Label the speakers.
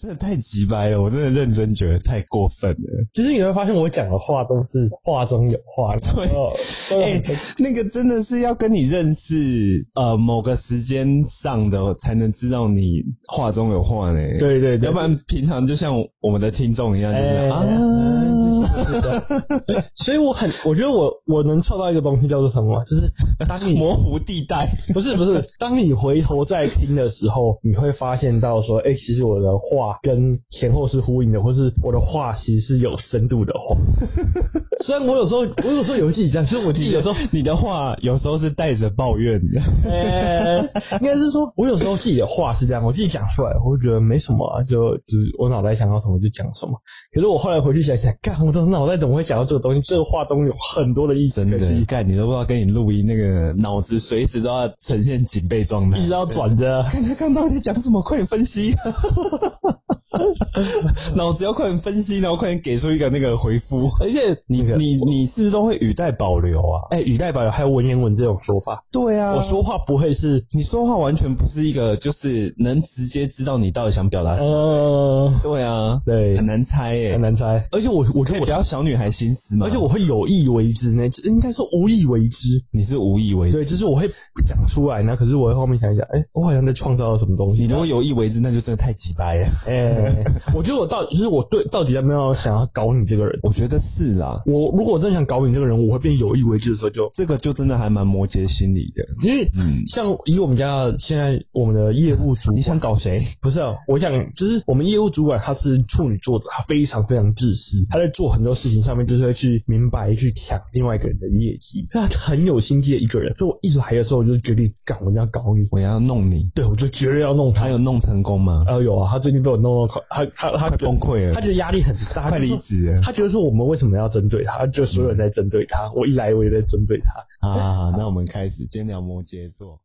Speaker 1: 真的太急掰了，我真的认真觉得太过分了。
Speaker 2: 就是你会发现我讲的话都是话中有话，然
Speaker 1: 对
Speaker 2: 后都
Speaker 1: 哎、
Speaker 2: 很
Speaker 1: 那个真的是要跟你认识呃某个时间上的，才能知道你话中有话呢。，
Speaker 2: 对对对，
Speaker 1: 要不然平常就像我们的听众一样，就是、
Speaker 2: 哎
Speaker 1: 啊。
Speaker 2: 嗯是的对 所以我很，我觉得我我能凑到一个东西叫做什么，就是当你
Speaker 1: 模糊地 带，
Speaker 2: 不是不是，当你回头再听的时候，你会发现到说，哎、其实我的话跟前后是呼应的，或是我的话其实是有深度的话。 虽然我有时候我有时候有自己讲，其实我自己
Speaker 1: 你
Speaker 2: 有
Speaker 1: 的
Speaker 2: 时候。
Speaker 1: 你的话有时候是带着抱怨的，
Speaker 2: 呃，应该是说，我有时候自己的话是这样，我自己讲出来，我会觉得没什么啊，就只我脑袋想到什么就讲什么。可是我后来回去想想，干，我的脑袋怎么会想到这个东西？这个话中有很多的意思，
Speaker 1: 真
Speaker 2: 可是
Speaker 1: 的，干你都不知道跟你录音，那个脑子随时都要呈现警备状态，
Speaker 2: 一直要转着。
Speaker 1: 看他刚到底讲什么，快点分 析，脑子要快点分析，然后快点给出一个那个回复。
Speaker 2: 而且
Speaker 1: 你
Speaker 2: 那个
Speaker 1: 你你是不是都会语带保留啊？
Speaker 2: 哎，语带保留还有文言文这种说法，
Speaker 1: 对啊
Speaker 2: 我说话不会是
Speaker 1: 你说话完全不是一个，就是能直接知道你到底想表达。什么。
Speaker 2: 呃，
Speaker 1: 对啊，
Speaker 2: 对
Speaker 1: 很难猜耶、
Speaker 2: 很难猜。而且我我
Speaker 1: 可
Speaker 2: 觉得
Speaker 1: 以
Speaker 2: 我
Speaker 1: 不要小女孩心思嘛。
Speaker 2: 而且我会有意为之呢，应该说无意为之。
Speaker 1: 你是无意为之，
Speaker 2: 对，就是我会讲出来，那可是我会后面想一想，哎、我好像在创造了什么东西。
Speaker 1: 你如果有意为之，那就真的太鸡掰了。
Speaker 2: 哎、 我觉得我到就是我对到底有没有想要搞你这个人？
Speaker 1: 我觉得是啊，
Speaker 2: 我如果我真的想搞你这个人，我会变有意为之的时候就，
Speaker 1: 这个就真的还蛮摩羯心理的。
Speaker 2: 因为
Speaker 1: 嗯，
Speaker 2: 像以我们家现在我们的业务主
Speaker 1: 你
Speaker 2: 管，
Speaker 1: 想搞谁？
Speaker 2: 不是、啊，我想就是我们业务主管他是处女座的，他非常非常自
Speaker 1: 嗯
Speaker 2: 私，他在做很多事情上面就是会去明白去抢另外一个人的业绩，所以他很有心机的一个人。所以我一来的时候我就决定，干，我一定要搞你，
Speaker 1: 我要弄 你。
Speaker 2: 对我就绝对要弄他
Speaker 1: 还。有弄成功吗？
Speaker 2: 呃，有啊，他最近被我弄到快，他他他
Speaker 1: 快
Speaker 2: 觉得
Speaker 1: 崩溃了
Speaker 2: 他觉得压力很大，
Speaker 1: 快离职了
Speaker 2: 他觉得说我们为什么要针对他？就所有人在针对他，我一来我也在针对他，
Speaker 1: 啊！那我们开始，今天聊摩羯座。